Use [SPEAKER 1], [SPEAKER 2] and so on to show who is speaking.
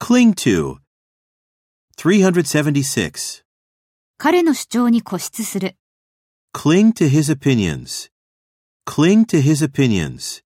[SPEAKER 1] Cling to. 376.
[SPEAKER 2] 彼の主張に固執する。
[SPEAKER 1] Cling to his opinions. Cling to his opinions.